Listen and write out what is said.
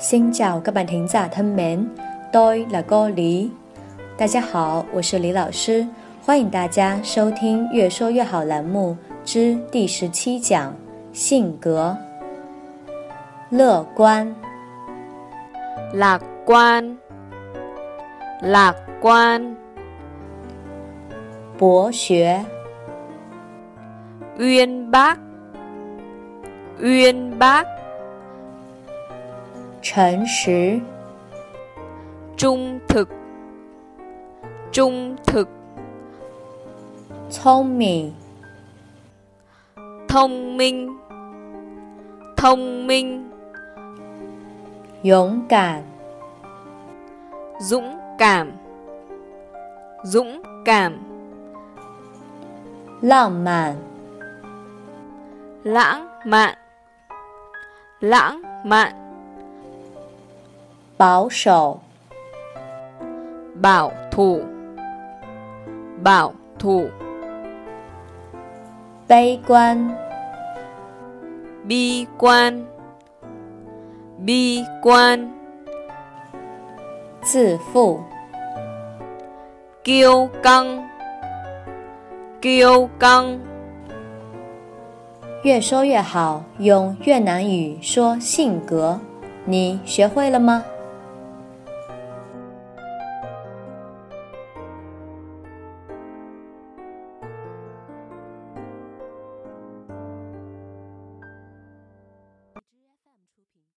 Xin chào các bạn thính giả thân mến, tôi là cô Lý. 大家好，我是李老师，欢迎大家收听《越说越好》栏目之第十七讲：性格。乐观， lạc quan lạc quan 博学， uyên bác uyên bác 诚实， trung thực trung thực 聪明， thông minh thông minh 勇敢， dũng cảm dũng cảm 浪漫， lãng mạn lãng mạn 保守， bảo thủ bảo thủ 悲观， bi quan bi quan 自负， kiêu căng kiêu căng 越说越好，用越南语说性格，你学会了吗？